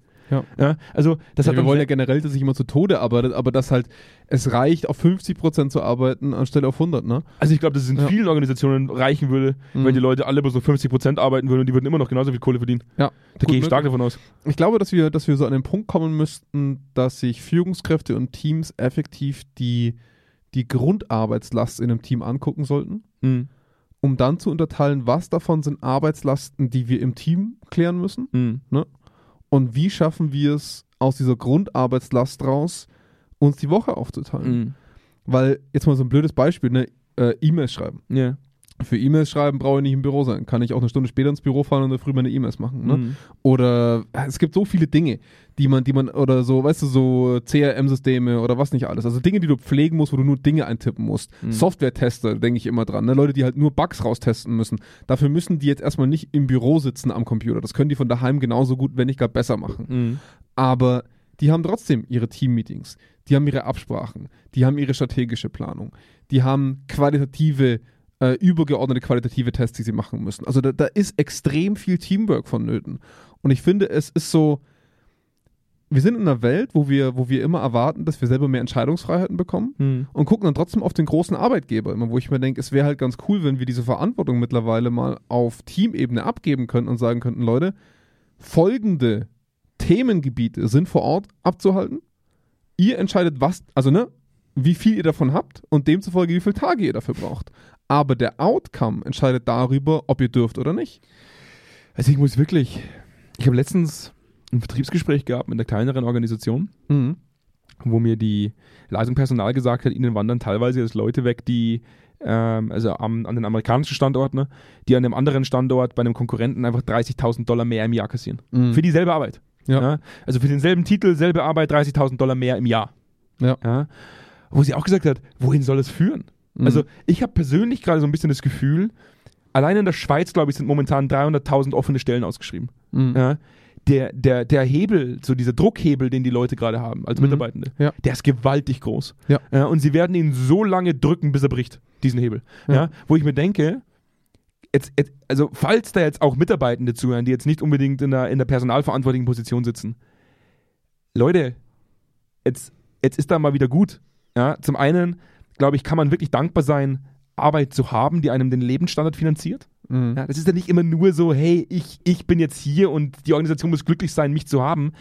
Ja.
also das
Ja,
hat
wir
dann
wollen ja
sehr-
generell, dass sich jemand zu Tode arbeitet, aber dass halt es reicht, auf 50% zu arbeiten, anstelle auf 100, ne?
also ich glaube, dass es in
Ja.
vielen Organisationen reichen würde,
Mhm.
wenn die Leute alle bei so 50% arbeiten würden und die würden immer noch genauso viel Kohle verdienen.
Ja,
Da
gut
gehe ich stark
möglich.
davon aus.
Ich glaube, dass wir, dass wir so an den Punkt kommen müssten, dass sich Führungskräfte und Teams effektiv die, die Grundarbeitslast in einem Team angucken sollten,
Mhm.
um dann zu unterteilen, was davon sind Arbeitslasten, die wir im Team klären müssen
Mhm.
und wie schaffen wir es, aus dieser Grundarbeitslast raus, uns die Woche aufzuteilen.
Mhm.
Weil, jetzt mal so ein blödes Beispiel, ne? Äh, E-Mails schreiben.
Ja.
Für E-Mails schreiben brauche ich nicht im Büro sein. Kann ich auch eine Stunde später ins Büro fahren und in der früh meine E-Mails machen. Ne?
Mhm.
Oder äh, es gibt so viele Dinge, die man, die man, oder so, weißt du, so CRM-Systeme oder was nicht alles. Also Dinge, die du pflegen musst, wo du nur Dinge eintippen musst.
Mhm.
Software-Tester, denke ich immer dran. Ne? Leute, die halt nur Bugs raustesten müssen. Dafür müssen die jetzt erstmal nicht im Büro sitzen am Computer. Das können die von daheim genauso gut, wenn nicht gar besser machen
Mhm.
aber die haben trotzdem ihre Teammeetings, die haben ihre Absprachen, die haben ihre strategische Planung, die haben qualitative, äh, übergeordnete qualitative Tests, die sie machen müssen. Also da, da ist extrem viel Teamwork vonnöten. Und ich finde, es ist so, wir sind in einer Welt, wo wir, wo wir immer erwarten, dass wir selber mehr Entscheidungsfreiheiten bekommen
Mhm.
und gucken dann trotzdem auf den großen Arbeitgeber immer, wo ich mir denke, es wäre halt ganz cool, wenn wir diese Verantwortung mittlerweile mal auf Teamebene abgeben könnten und sagen könnten, Leute, folgende Themengebiete sind vor Ort abzuhalten. Ihr entscheidet, was, also ne, wie viel ihr davon habt und demzufolge, wie viele Tage ihr dafür braucht. Aber der Outcome entscheidet darüber, ob ihr dürft oder nicht.
Also ich muss wirklich, ich habe letztens ein Vertriebsgespräch gehabt mit einer kleineren Organisation
Mhm.
wo mir die Leitung Personal gesagt hat, ihnen wandern teilweise jetzt Leute weg, die ähm, also am, an den amerikanischen Standort, ne, die an einem anderen Standort bei einem Konkurrenten einfach 30.000 Dollar mehr im Jahr kassieren. Für dieselbe Arbeit.
Hm. Ja.
Also für denselben Titel, selbe Arbeit, 30.000 Dollar mehr im Jahr.
Ja.
Wo sie auch gesagt hat, wohin soll es führen?
Mhm.
Also ich habe persönlich gerade so ein bisschen das Gefühl, allein in der Schweiz, glaube ich, sind momentan 300.000 offene Stellen ausgeschrieben.
Mhm.
Ja, der, der, der Hebel, so dieser Druckhebel, den die Leute gerade haben als
Mhm.
Mitarbeitende,
Ja.
der ist gewaltig groß.
Ja.
und sie werden ihn so lange drücken, bis er bricht, diesen Hebel. Ja.
Ja.
wo ich mir denke, jetzt, jetzt, also falls da jetzt auch Mitarbeitende zuhören, die jetzt nicht unbedingt in der, in der personalverantwortlichen Position sitzen, Leute, jetzt, jetzt ist da mal wieder gut. Ja, zum einen, glaube ich, kann man wirklich dankbar sein, Arbeit zu haben, die einem den Lebensstandard finanziert.
Mhm.
Ja, das ist ja nicht immer nur so, hey, ich, ich bin jetzt hier und die Organisation muss glücklich sein, mich zu haben.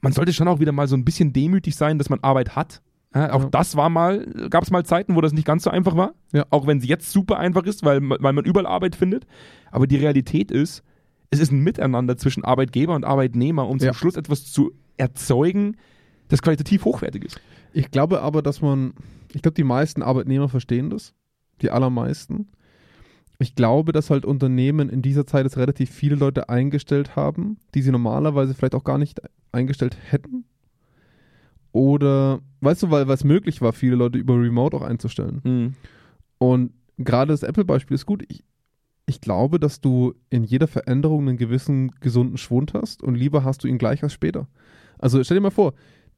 Man sollte schon auch wieder mal so ein bisschen demütig sein, dass man Arbeit hat. Ja, auch
Ja.
das war mal, gab es mal Zeiten, wo das nicht ganz so einfach war.
Ja.
Auch wenn sie jetzt super einfach ist, weil, ma- weil man überall Arbeit findet. Aber die Realität ist, es ist ein Miteinander zwischen Arbeitgeber und Arbeitnehmer, um
Ja.
zum Schluss etwas zu erzeugen, das qualitativ hochwertig ist.
Ich glaube aber, dass man, ich glaube, die meisten Arbeitnehmer verstehen das. Die allermeisten. Ich glaube, dass halt Unternehmen in dieser Zeit jetzt relativ viele Leute eingestellt haben, die sie normalerweise vielleicht auch gar nicht eingestellt hätten. Oder, weißt du, weil weil es möglich war, viele Leute über Remote auch einzustellen. Und gerade das Apple-Beispiel ist gut. Ich, ich glaube, dass du in jeder Veränderung einen gewissen gesunden Schwund hast und lieber hast du ihn gleich als später. Also stell dir mal vor,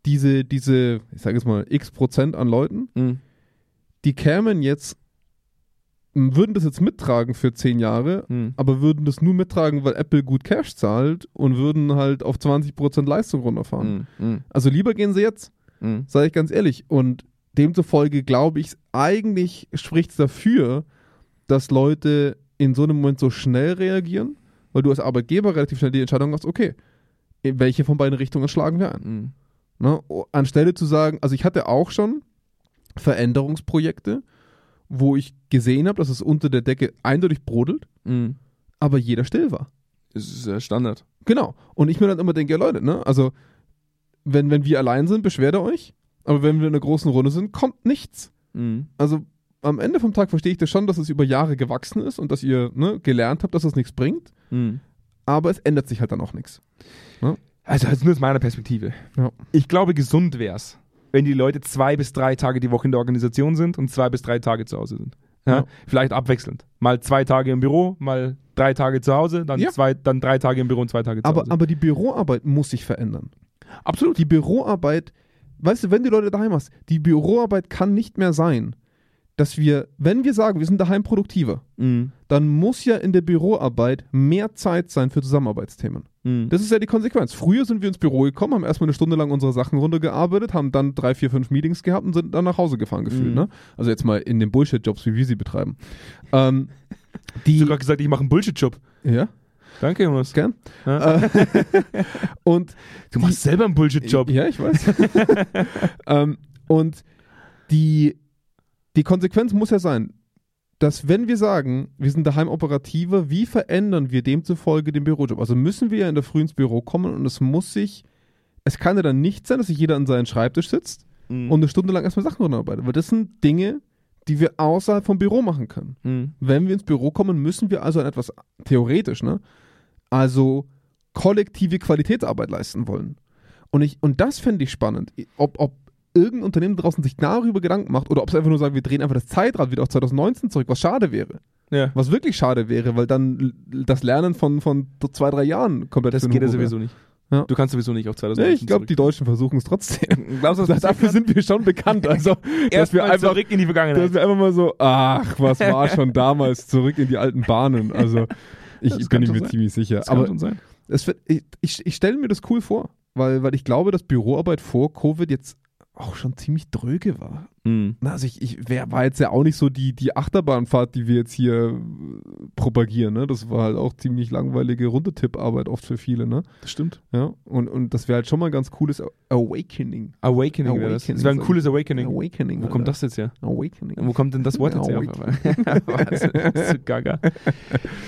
diese, diese, ich sage jetzt mal, x Prozent an Leuten, die kämen jetzt, m, würden das jetzt mittragen für zehn Jahre, aber würden das nur mittragen, weil Apple gut Cash zahlt und würden halt auf 20% Leistung
Mhm.
runterfahren. Also lieber gehen sie jetzt sage ich ganz ehrlich. Und demzufolge glaube ich, eigentlich spricht es dafür, dass Leute in so einem Moment so schnell reagieren, weil du als Arbeitgeber relativ schnell die Entscheidung hast, okay, in welche von beiden Richtungen schlagen wir an? Ne? O- Anstelle zu sagen, also ich hatte auch schon Veränderungsprojekte, wo ich gesehen habe, dass es unter der Decke eindeutig brodelt, aber jeder still war.
Das ist äh, Standard.
Genau. Und ich mir dann immer denke, ja Leute, ne? Also, wenn, wenn wir allein sind, beschwert ihr euch. Aber wenn wir in einer großen Runde sind, kommt nichts. Also, am Ende vom Tag verstehe ich das schon, dass es über Jahre gewachsen ist und dass ihr ne, gelernt habt, dass das nichts bringt.
Mhm.
Aber es ändert sich halt dann auch nichts.
Also, das ist nur aus meiner Perspektive.
Ja.
Ich glaube, gesund wäre es, wenn die Leute zwei bis drei Tage die Woche in der Organisation sind und zwei bis drei Tage zu Hause sind. Ja?
Ja.
Vielleicht abwechselnd. Mal zwei Tage im Büro, mal drei Tage zu Hause, dann,
Ja.
zwei, dann drei Tage im Büro und zwei Tage zu
Aber,
Hause.
aber die Büroarbeit muss sich verändern.
absolut.
Die Büroarbeit, weißt du, wenn du Leute daheim hast, die Büroarbeit kann nicht mehr sein, dass wir, wenn wir sagen, wir sind daheim produktiver,
Mhm.
dann muss ja in der Büroarbeit mehr Zeit sein für Zusammenarbeitsthemen.
Mhm.
Das ist ja die Konsequenz. Früher sind wir ins Büro gekommen, haben erstmal eine Stunde lang unsere Sachen runtergearbeitet, haben dann drei, vier, fünf Meetings gehabt und sind dann nach Hause gefahren gefühlt.
Mhm.
Ne? Also jetzt mal in den Bullshit-Jobs, wie wir sie betreiben. ähm, die,
sogar gesagt, ich mache einen Bullshit-Job.
ja,
Danke, Jonas.
gern.
Ja.
Äh, und
Du machst selber einen Bullshit-Job.
ja, ich weiß. ähm, und die, die Konsequenz muss ja sein, dass wenn wir sagen, wir sind daheim operativer, wie verändern wir demzufolge den Bürojob? Also müssen wir ja in der Früh ins Büro kommen und es muss sich, es kann ja dann nicht sein, dass sich jeder an seinen Schreibtisch sitzt
Mhm.
und eine Stunde lang erstmal Sachen runterarbeitet, weil das sind Dinge, die wir außerhalb vom Büro machen können.
Mhm.
Wenn wir ins Büro kommen, müssen wir also an etwas theoretisch, ne? Also kollektive Qualitätsarbeit leisten wollen. Und, ich, und das fände ich spannend, ob, ob irgendein Unternehmen draußen sich darüber Gedanken macht oder ob es einfach nur sagen, wir drehen einfach das Zeitrad wieder auf 2019 zurück, was schade wäre.
ja.
Was wirklich schade wäre, weil dann l- das Lernen von, von zwei, drei Jahren komplett
Das
für den
geht ja
Hugo wäre.
sowieso nicht.
Ja.
Du kannst sowieso nicht auf
Ja,
2019
ich glaube, die Deutschen versuchen es trotzdem.
zurück. Glaubst du, dass das
Dafür sind wir schon bekannt. Also, dass wir
erstmal
einfach
zurück in die
dass
Vergangenheit.
wir einfach mal so, ach, was war schon damals zurück in die alten Bahnen. Also ich
Das kann
bin ich
schon
mir
sein.
ziemlich sicher.
Das kann
Aber
schon sein.
es wird, ich, ich, ich stelle mir das cool vor, weil, weil ich glaube, dass Büroarbeit vor Covid jetzt auch schon ziemlich dröge war. Na, Also ich, ich wer, war jetzt ja auch nicht so die, die Achterbahnfahrt, die wir jetzt hier äh, propagieren. Ne? Das war halt auch ziemlich langweilige Rundetipparbeit oft für viele. Ne?
Das stimmt.
Ja? Und, und das wäre halt schon mal ein ganz cooles Awakening.
Awakening, wäre das.
Awakening
Das wäre ein
sein.
cooles Awakening.
Awakening.
Wo kommt
Alter.
das jetzt her?
Awakening.
Wo kommt denn das Wort jetzt her? Was? Das ist so gaga.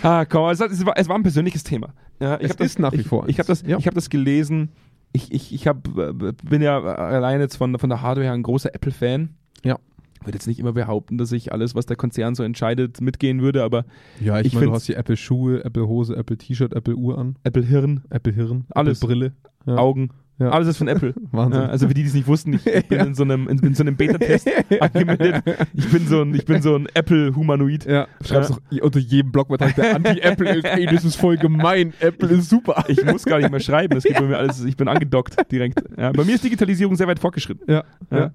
Ah, komm, es, hat- es, war, es war ein persönliches Thema. Ja,
Es
hab das-
ist nach wie
ich,
vor eins.
Ich habe das,
Ja.
ich hab das gelesen. Ich, ich, ich hab, äh, bin ja allein jetzt von, von der Hardware her ein großer Apple-Fan.
Ja.
Ich würde jetzt nicht immer behaupten, dass ich alles, was der Konzern so entscheidet, mitgehen würde, aber
Ja, ich,
Ich
meine, du
find's-
hast hier Apple Schuhe, Apple Hose, Apple T-Shirt, Apple Uhr an,
Apple-Hirn,
Apple Hirn,
Alles.
Apple Brille. Ja.
Augen,
Ja.
alles ist von Apple.
Wahnsinn.
Ja, also für die, die es nicht wussten, ich, ich bin in so einem, in, in so einem Beta-Test angemeldet. Ich bin so ein, ich bin so ein Apple-Humanoid.
Ja, schreibst doch unter jedem Blogbeitrag, der Anti-Apple ist. Ey, das ist voll gemein. Apple ist super.
Ich muss gar nicht mehr schreiben, das gibt bei mir alles, ich bin angedockt direkt. Ja, bei mir ist Digitalisierung sehr weit fortgeschritten.
Ja,
Ja.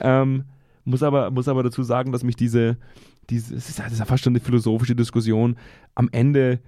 Ähm, muss, aber, muss aber dazu sagen, dass mich diese, diese es ist, ja- das ist ja fast schon eine philosophische Diskussion, am Ende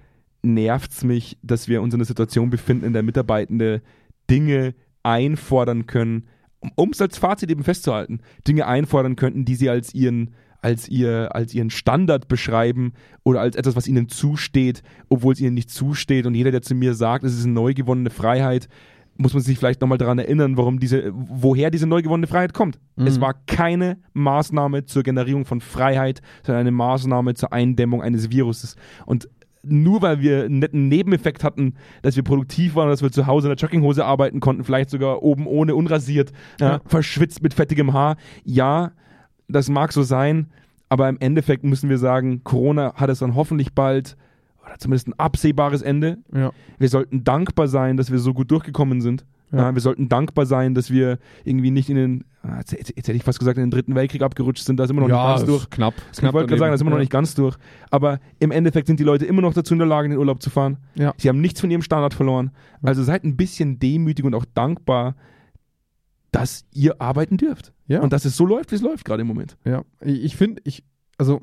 nervt es mich, dass wir uns in einer Situation befinden, in der Mitarbeitende Dinge einfordern können, um- um es als Fazit eben festzuhalten, Dinge einfordern könnten, die sie als ihren als ihr als ihren Standard beschreiben oder als etwas, was ihnen zusteht, obwohl es ihnen nicht zusteht. Und jeder, der zu mir sagt, es ist eine neu gewonnene Freiheit, muss man sich vielleicht nochmal daran erinnern, warum diese, woher diese neu gewonnene Freiheit kommt. Es war keine Maßnahme zur Generierung von Freiheit, sondern eine Maßnahme zur Eindämmung eines Viruses. Und nur weil wir einen netten Nebeneffekt hatten, dass wir produktiv waren, dass wir zu Hause in der Jogginghose arbeiten konnten, vielleicht sogar oben ohne, unrasiert, ja. verschwitzt mit fettigem Haar. Ja, das mag so sein, aber im Endeffekt müssen wir sagen, Corona hat es dann hoffentlich bald oder zumindest ein absehbares Ende.
Ja.
Wir sollten dankbar sein, dass wir so gut durchgekommen sind. Ja. wir sollten dankbar sein, dass wir irgendwie nicht in den, ah, jetzt, jetzt, jetzt, hätte ich fast gesagt, in den Dritten Weltkrieg abgerutscht sind. Da sind wir noch
ja,
nicht ganz durch.
Knapp.
Ich knapp wollte gerade sagen, da sind wir noch nicht ganz durch. Aber im Endeffekt sind die Leute immer noch dazu in der Lage, in den Urlaub zu fahren.
Ja.
Sie haben nichts von ihrem Standard verloren. Also seid ein bisschen demütig und auch dankbar, dass ihr arbeiten dürft.
Ja.
Und dass es so läuft, wie es läuft gerade im Moment.
Ja, ich finde, ich, also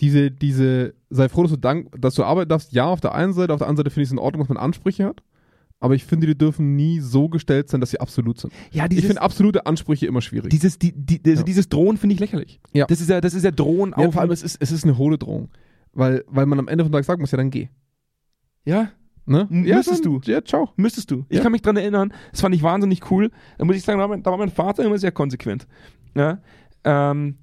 diese, diese, sei froh, dass du, dank, dass du arbeiten darfst, ja, auf der einen Seite, auf der anderen Seite finde ich es in Ordnung, dass man Ansprüche hat, aber ich finde, die dürfen nie so gestellt sein, dass sie absolut sind.
Ja,
ich finde absolute Ansprüche immer schwierig.
dieses, die, die, also
Ja.
dieses Drohen finde ich lächerlich.
Ja.
Das ist ja, das ist ja Drohen
ja,
auf.
vor allem, es ist, es ist eine hohle Drohung, weil, weil man am Ende vom Tag sagen muss, ja, dann geh.
ja,
Ne?
M-
Ja,
müsstest
dann- Ja, ciao.
müsstest du. Ich
Ja.
kann mich dran erinnern, das fand ich wahnsinnig cool. Da muss ich sagen, da war mein, da war mein Vater immer sehr konsequent. Ja? Ähm,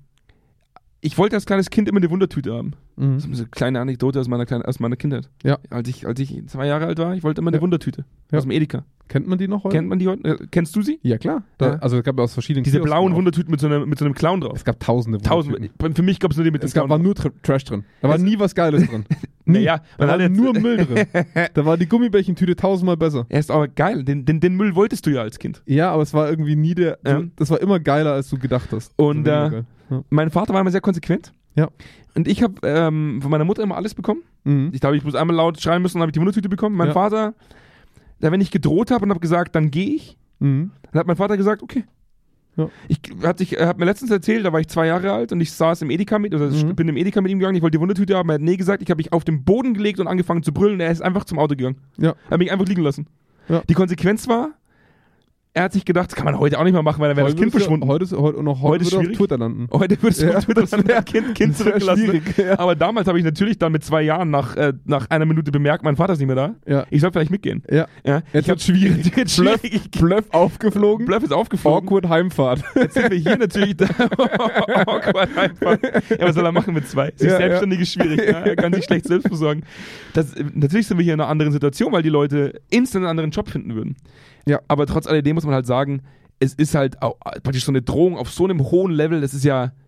ich wollte als kleines Kind immer eine Wundertüte haben. Das ist
Mhm.
eine so kleine Anekdote aus meiner, kleinen, aus meiner Kindheit.
Ja.
Als ich, als ich zwei Jahre alt war, ich wollte immer eine
Ja.
Wundertüte.
Ja.
Aus dem Edeka.
Kennt man die noch heute?
Kennt man die heute? Äh, kennst du sie?
ja, klar. Da,
Ja.
Also, es gab ja aus verschiedenen
Diese
Kiosken
blauen
auch.
Wundertüten mit so, einem, mit so einem Clown drauf.
Es gab tausende
Tausend. Für mich gab es nur die mit dem
Es gab, war
Clown.
nur Tr Trash drin. Da war nie was Geiles drin. Nie.
Naja,
da
man
war
hat jetzt,
nur Müll drin. Da war die Gummibärchentüte tausendmal besser.
Er ist aber geil, den, den, den Müll wolltest du ja als Kind.
Ja, aber es war irgendwie nie der.
Ja.
so- Das war immer geiler, als du gedacht hast.
Und,
So weniger
äh,
geil. ja.
Mein Vater war immer sehr konsequent.
Ja.
Und ich habe ähm, von meiner Mutter immer alles bekommen.
Mhm.
Ich glaube, ich muss einmal laut schreien müssen, dann habe ich die Wundertüte bekommen. Mein
Ja.
Vater, da, wenn ich gedroht habe und habe gesagt, dann gehe ich,
Mhm.
dann hat mein Vater gesagt, okay.
Ja.
Ich hat sich, er hat mir letztens erzählt, da war ich zwei Jahre alt und ich saß im Edeka mit, oder
Mhm.
bin im Edeka mit ihm gegangen, ich wollte die Wundertüte haben, er hat nee gesagt, ich habe mich auf den Boden gelegt und angefangen zu brüllen und er ist einfach zum Auto gegangen.
Ja.
Er hat mich einfach liegen lassen.
Ja.
Die Konsequenz war, er hat sich gedacht, das kann man heute auch nicht mehr machen, weil dann wäre das Kind
würdest du-
verschwunden.
Heute, ist- Oh. heute, noch heute,
Heute ist
würde auf
schwierig.
Twitter landen.
Heute würdest du
Ja.
auf Twitter sagen, Kind, kind
Das wär
zurückgelassen.
schwierig, ja.
Aber damals habe ich natürlich dann mit zwei Jahren nach, äh, nach einer Minute bemerkt, mein Vater ist nicht mehr da.
Ja.
Ich soll vielleicht mitgehen.
Ja.
Ja.
Jetzt wird schwierig.
Jetzt
Bluff,
schwierig. Ich-
Bluff aufgeflogen.
Bluff ist aufgeflogen.
Awkward Heimfahrt.
Jetzt sind wir hier natürlich da. Awkward einfach. Ja, was soll er machen mit zwei? Sich
Ja,
selbstständig ist schwierig. Ne? Er kann sich schlecht selbst versorgen. Das, äh, natürlich sind wir hier in einer anderen Situation, weil die Leute instant einen anderen Job finden würden.
Ja.
Aber trotz alledem muss man halt sagen, es ist halt auch praktisch so eine Drohung auf so einem hohen Level, das ist ja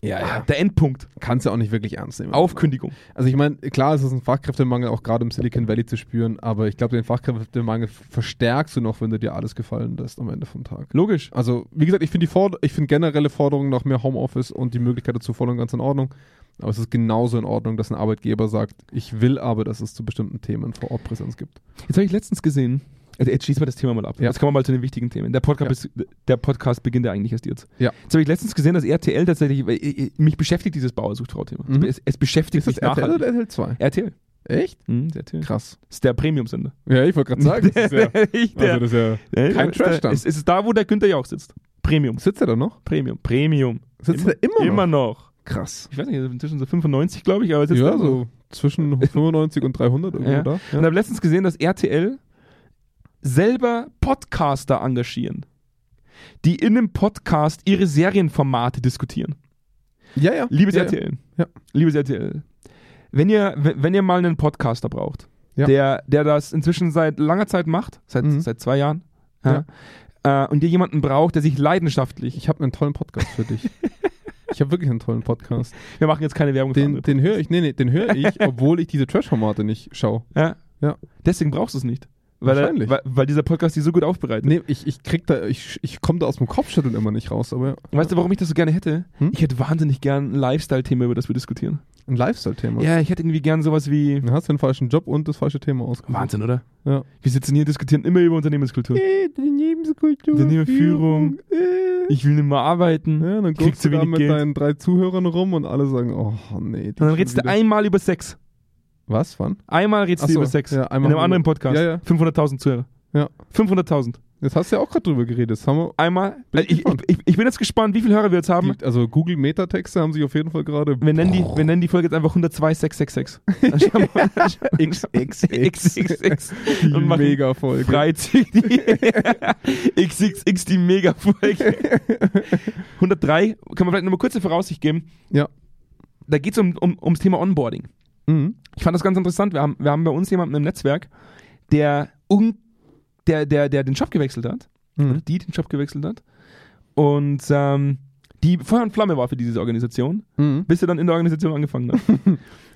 Ja,
ah, der Endpunkt.
Kannst du auch nicht wirklich ernst nehmen.
Aufkündigung.
Also ich meine, klar ist es ein Fachkräftemangel auch gerade im Silicon Valley zu spüren, aber ich glaube, den Fachkräftemangel verstärkst du noch, wenn du dir alles gefallen lässt am Ende vom Tag.
Logisch.
Also, wie gesagt, ich finde die Forder ich finde generelle Forderungen nach mehr Homeoffice und die Möglichkeit dazu voll und ganz in Ordnung. Aber es ist genauso in Ordnung, dass ein Arbeitgeber sagt, ich will aber, dass es zu bestimmten Themen vor Ort Präsenz gibt.
Jetzt habe ich letztens gesehen, also jetzt schließen wir das Thema mal ab.
Ja.
Jetzt kommen wir mal zu den wichtigen Themen. Der Podcast, ist, der Podcast beginnt ja eigentlich erst jetzt.
Ja.
Jetzt habe ich letztens gesehen, dass RTL tatsächlich, weil, äh, mich beschäftigt dieses Bauersuchtfrau-Thema.
Mhm.
Es, es beschäftigt mich nachhaltig.
RTL 2?
RTL.
Echt?
Mhm, das ist RTL.
Krass.
Das ist der Premium-Sender.
Ja, ich wollte gerade sagen. Das ist ja,
Ich,
also
der,
das ist ja, kein
ist der-
Trash dann.
Es ist da, wo der Günther Jauch sitzt. Premium.
sitzt er da noch?
Premium. Premium.
Sitzt
Immer-
er immer,
Immer
noch?
noch.
Krass.
Ich weiß nicht, er ist inzwischen so 95, glaube ich, aber es ist
Ja, so zwischen 95 und 300 irgendwo
Ja.
da.
Und habe letztens gesehen, dass RTL selber Podcaster engagieren, die in einem Podcast ihre Serienformate diskutieren.
Ja, ja.
Liebes
ja,
RTL.
Ja.
Liebes RTL. Wenn ihr, w- wenn ihr mal einen Podcaster braucht,
Ja.
der, der das inzwischen seit langer Zeit macht, seit,
Mhm.
seit zwei Jahren, ja, äh, und ihr jemanden braucht, der sich leidenschaftlich,
Ich habe einen tollen Podcast für dich. ich habe wirklich einen tollen Podcast.
wir machen jetzt keine Werbung für
Den,
andere.
den höre ich, nee, nee, den höre ich, obwohl ich diese Trash-Formate nicht schaue.
Ja.
Ja.
Deswegen brauchst du es nicht. Weil, er-
Wahrscheinlich.
weil, weil dieser Podcast die so gut aufbereitet.
Nee, ich, ich krieg da, ich, ich komme da aus dem Kopfschütteln immer nicht raus, aber ja.
Weißt du, warum ich das so gerne hätte?
Hm?
Ich hätte wahnsinnig gern ein Lifestyle-Thema, über das wir diskutieren.
ein Lifestyle-Thema.
Ja, ich hätte irgendwie gern sowas wie.
Dann hast du den falschen Job und das falsche Thema ausgesucht.
Wahnsinn, oder?
Ja.
Wir sitzen hier, diskutieren immer über Unternehmenskultur.
Äh, die Lebenskultur.
Unternehmensführung.
Äh.
Ich will nicht mehr arbeiten.
ja, dann
krieg
guckst
zu
du da
wenig
mit
Geld.
deinen drei Zuhörern rum und alle sagen, oh nee.
Und dann redest du einmal über Sex.
Was, wann?
Einmal redest
Ach
du
so,
über Sex.
ja,
in
einmal
einem
haben
anderen
wir-
Podcast.
Ja, ja.
500.000 Zuhörer.
Ja.
500.000.
Jetzt hast du ja auch gerade drüber geredet. Jetzt haben wir
Einmal.
Bin
ich, ich,
gespannt.
ich, ich bin jetzt gespannt, wie viele Hörer wir jetzt haben.
die, also Google-Metatexte haben sich auf jeden Fall gerade.
Wir nennen, die, wir nennen die Folge jetzt einfach 102.666. Dann schauen wir- dann schauen wir- XXX.
Die
und machen
Mega-Folge.
Freizeit. Die XXX, die Mega-Folge. 103, kann man vielleicht noch mal kurze Voraussicht geben.
Ja.
Da geht es um, um, ums Thema Onboarding. Mhm. Ich fand das ganz interessant. Wir haben, wir haben bei uns jemanden im Netzwerk, der, un, der, der, der den Job gewechselt hat,
Mhm.
oder die den Job gewechselt hat, und ähm, die Feuer und Flamme war für diese Organisation,
Mhm.
bis sie dann in der Organisation angefangen hat.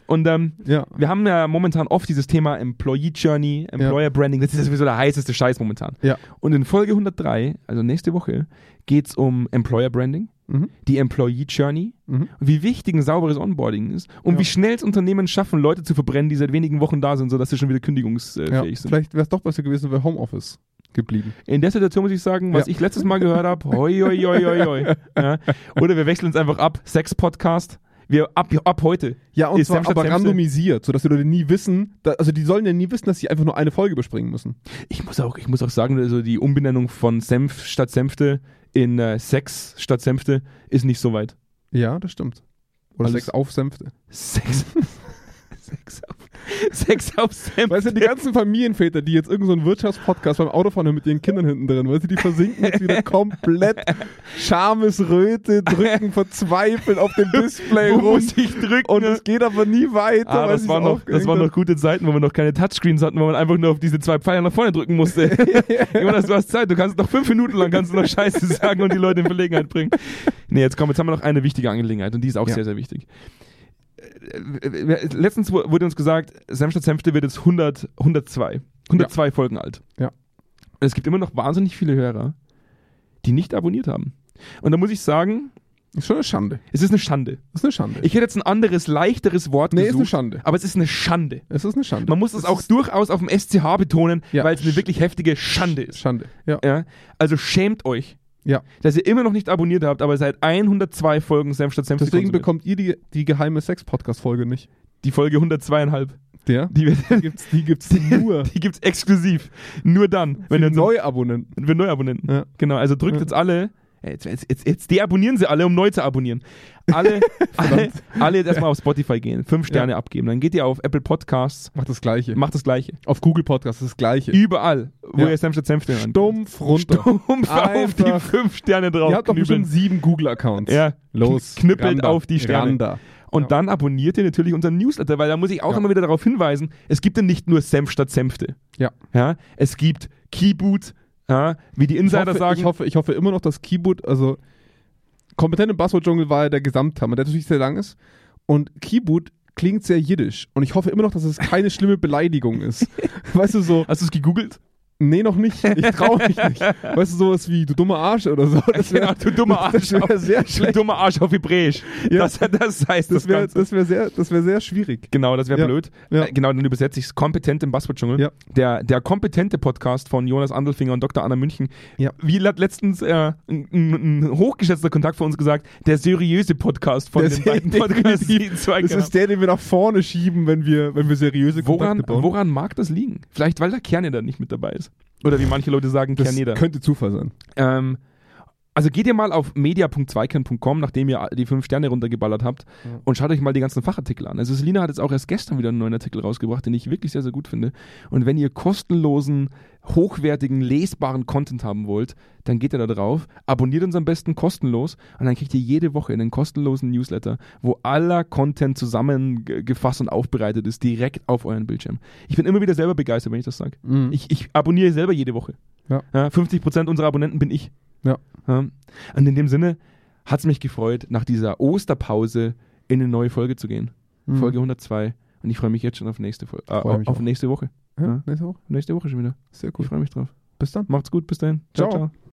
und ähm,
Ja.
wir haben ja momentan oft dieses Thema Employee Journey, Employer Branding, das ist ja sowieso der heißeste Scheiß momentan.
Ja.
Und in Folge 103, also nächste Woche, geht es um Employer Branding,
Mhm.
die Employee Journey,
Mhm.
wie wichtig ein sauberes Onboarding ist und
Ja.
wie schnell es Unternehmen schaffen, Leute zu verbrennen, die seit wenigen Wochen da sind, sodass sie schon wieder kündigungsfähig
ja.
sind.
Vielleicht wäre es doch besser gewesen, wäre Homeoffice geblieben.
In der Situation muss ich sagen, was
Ja.
ich letztes Mal gehört habe, hoi, hoi, hoi, hoi, hoi. Ja. Oder wir wechseln es einfach ab, Sex-Podcast, wir ab, ab heute.
Ja, und
Ist
zwar
Sam statt
aber
Samste.
randomisiert, sodass die Leute nie wissen, da, also die sollen ja nie wissen, dass sie einfach nur eine Folge bespringen müssen.
Ich muss auch, ich muss auch sagen, also die Umbenennung von Senf statt Senfte in äh, Sex statt Senfte ist nicht so weit.
Ja, das stimmt. Oder
Also
sechs Aufsänfte.
Sex. Sex auf, Sex auf Senf.
Weißt du, die ganzen Familienväter, die jetzt irgendeinen so einen Wirtschaftspodcast beim Autofahren hören mit ihren Kindern hinten drin, weißt du, die versinken jetzt wieder komplett. Schamesröte, drücken verzweifelt auf dem Display
Wo
rum.
muss ich drücken?
Und es geht aber nie weiter.
ah,
weil
das,
sie's
war noch, das
aufgehängt
waren
hat.
noch gute Zeiten, wo man noch keine Touchscreens hatten, wo man einfach nur auf diese zwei Pfeile nach vorne drücken musste. Jonas, du hast Zeit, du kannst noch fünf Minuten lang kannst du noch Scheiße sagen und die Leute in Verlegenheit bringen. Nee, jetzt komm, jetzt haben wir noch eine wichtige Angelegenheit und die ist auch
Ja.
sehr, sehr wichtig. Äh, Letztens wu- wurde uns gesagt, Samstadt Senfte wird jetzt 100, 102, 102 Folgen alt.
Ja.
Und es gibt immer noch wahnsinnig viele Hörer, die nicht abonniert haben. Und da muss ich sagen,
Ist schon eine Schande.
es ist eine Schande.
Ist eine Schande.
Ich hätte jetzt ein anderes, leichteres Wort
nee, ist eine
gesucht,
Schande.
aber es ist eine Schande.
Es ist eine Schande.
Man muss es auch durchaus auf dem SCH betonen,
Ja.
weil es eine wirklich heftige Schande ist.
Schande. Ja.
Ja? Also schämt euch,
ja.
dass ihr immer noch nicht abonniert habt, aber seit 102 Folgen Senf statt Senf
Deswegen
konsumiert.
bekommt ihr die, die geheime Sex-Podcast-Folge nicht.
die Folge 102,5.
Der?
Die, wird-
gibt's, die gibt's
die, die gibt's exklusiv. Nur dann, wenn
Wenn
ihr
der
neu,
Neuabonnenten.
wenn Neuabonnenten.
Ja.
Genau, also drückt
Ja.
jetzt alle. äh, Jetzt, jetzt, jetzt, jetzt deabonnieren sie alle, um neu zu abonnieren. Alle, alle, alle jetzt erstmal auf Spotify gehen, fünf Sterne abgeben. Dann geht ihr auf Apple Podcasts,
Macht das Gleiche.
macht das Gleiche.
Auf Google Podcast ist das Gleiche.
Überall, wo
Ja.
ihr Senf statt Senf hören könnt.
Stumpf runter.
Stumpf auf die
Einfach.
fünf Sterne drauf.
Ihr habt doch
knüppeln.
bestimmt sieben Google-Accounts.
Ja.
Los.
Knüppelt auf die Sterne.
Randa.
Und
Ja.
dann abonniert ihr natürlich unseren Newsletter, weil da muss ich auch
Ja.
immer wieder darauf hinweisen, es gibt ja nicht nur Senf statt Senfte.
Ja.
ja es gibt Keyboot, ja, wie die
Ich
Insider
hoffe,
sagen.
ich, hoffe, ich hoffe immer noch, dass Keyboot, also kompetent im Buzzword-Dschungel war ja der Gesamthammer, der natürlich sehr lang ist. Und Keyboot klingt sehr jiddisch. Und ich hoffe immer noch, dass es keine schlimme Beleidigung ist. Weißt du, so,
Hast du es gegoogelt?
nee, noch nicht. Ich traue mich nicht. Weißt du, sowas wie, du dummer Arsch oder so. Das
Genau,
wäre
du dummer Arsch.
das wär
auf-
sehr
Du
schlecht.
dummer Arsch auf Hebräisch.
Ja.
Das, das heißt das,
Das wäre
Ganze.
das wär sehr, das wär sehr schwierig.
Genau, das wäre
Ja.
blöd.
Ja.
Äh, Genau, dann übersetze ich es kompetent im Buzzword-Dschungel.
Ja.
Der, der kompetente Podcast von Jonas Andelfinger und Dr. Anna München.
Ja.
Wie hat letztens äh, ein, ein ein hochgeschätzter Kontakt von uns gesagt, der seriöse Podcast von
Der
den
se-
beiden Podcasts. die es zwei
Das
gab.
ist der, den wir nach vorne schieben, wenn wir, wenn wir seriöse
Woran,
Kontakte bauen.
woran mag das liegen? Vielleicht, weil der Kerneder nicht mit dabei ist. Oder wie manche Leute sagen,
das
Kerneder.
könnte Zufall sein.
Ähm, also geht ihr mal auf media.zweikern.com, nachdem ihr die fünf Sterne runtergeballert habt,
Ja.
und schaut euch mal die ganzen Fachartikel an. Also Selina hat jetzt auch erst gestern wieder einen neuen Artikel rausgebracht, den ich wirklich sehr, sehr gut finde. Und wenn ihr kostenlosen, hochwertigen, lesbaren Content haben wollt, dann geht ihr da drauf, abonniert uns am besten kostenlos und dann kriegt ihr jede Woche einen kostenlosen Newsletter, wo aller Content zusammengefasst und aufbereitet ist, direkt auf euren Bildschirm. Ich bin immer wieder selber begeistert, wenn ich das sage.
Mhm.
Ich, ich abonniere selber jede Woche.
Ja.
50% unserer Abonnenten bin ich.
Ja.
Und in dem Sinne hat es mich gefreut, nach dieser Osterpause in eine neue Folge zu gehen.
Mhm.
Folge 102. Und ich freue mich jetzt schon auf nächste Folge. Äh,
Freu
auf
mich auch.
nächste Woche.
Ja, nächste Woche.
Nächste Woche schon wieder.
Sehr
Ich
cool.
freue mich drauf.
Bis dann.
Macht's gut, bis dahin.
Ciao.
ciao.